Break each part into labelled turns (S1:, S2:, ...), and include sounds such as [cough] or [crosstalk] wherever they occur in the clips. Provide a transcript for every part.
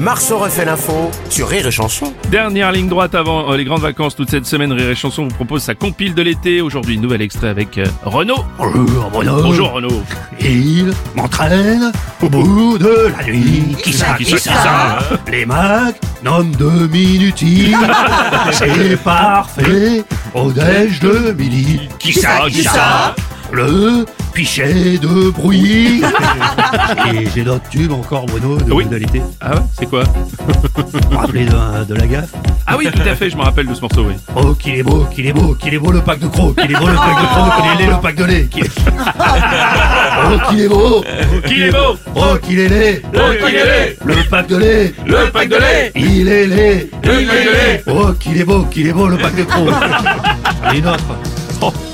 S1: Marceau refait l'info sur Rire et Chanson.
S2: Dernière ligne droite avant euh, les grandes vacances toute cette semaine, Rire et Chanson vous propose sa compile de l'été. Aujourd'hui, nouvel extrait avec euh, Renaud.
S3: Bonjour Bruno.
S2: Bonjour Renaud.
S3: Il m'entraîne au bout de la nuit. Qui ça, qui, ça, Les Macs nomment deux minutes. [laughs] C'est parfait au déj de midi.
S2: Qui ça, Ah, qui ça
S3: Le pichet de [laughs] bruit. Et j'ai d'autres tubes encore Bruno de
S2: Oui.
S3: modalité.
S2: Ah ouais, c'est quoi
S3: Vous vous rappelez de, de la gaffe
S2: Ah oui, tout à fait, je me rappelle de ce morceau, oui.
S3: Oh qu'il est beau, qu'il est beau, qu'il est beau le pack de crocs, qu'il est beau le pack de crocs, qu'il est laid le pack de lait. qu'il est- [laughs] Oh qu'il est beau,
S2: Qu'il est beau
S3: [laughs] oh qu'il est laid,
S2: Oh, qu'il est laid
S3: le pack de lait.
S2: Le pack de lait
S3: Il est laid
S2: Le pack de lait
S3: Oh, qu'il est beau, qu'il est beau le pack de crocs J'en ai une autre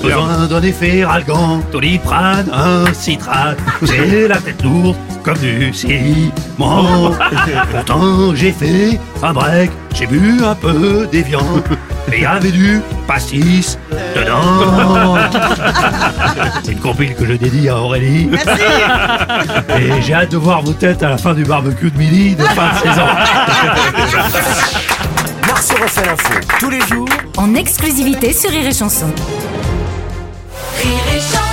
S3: Besoin d'un effet ralgant, doliprane, un citrate J'ai la tête lourde comme du ciment Pourtant j'ai fait un break, j'ai bu un peu des viandes Et y avait du pastis dedans C'est une compile que je dédie à Aurélie Et j'ai hâte de voir vos têtes à la fin du barbecue de midi de fin de saison
S1: Marceau refait l'info tous les jours
S4: en exclusivité sur Rire et Chanson.
S5: Rire et chanson.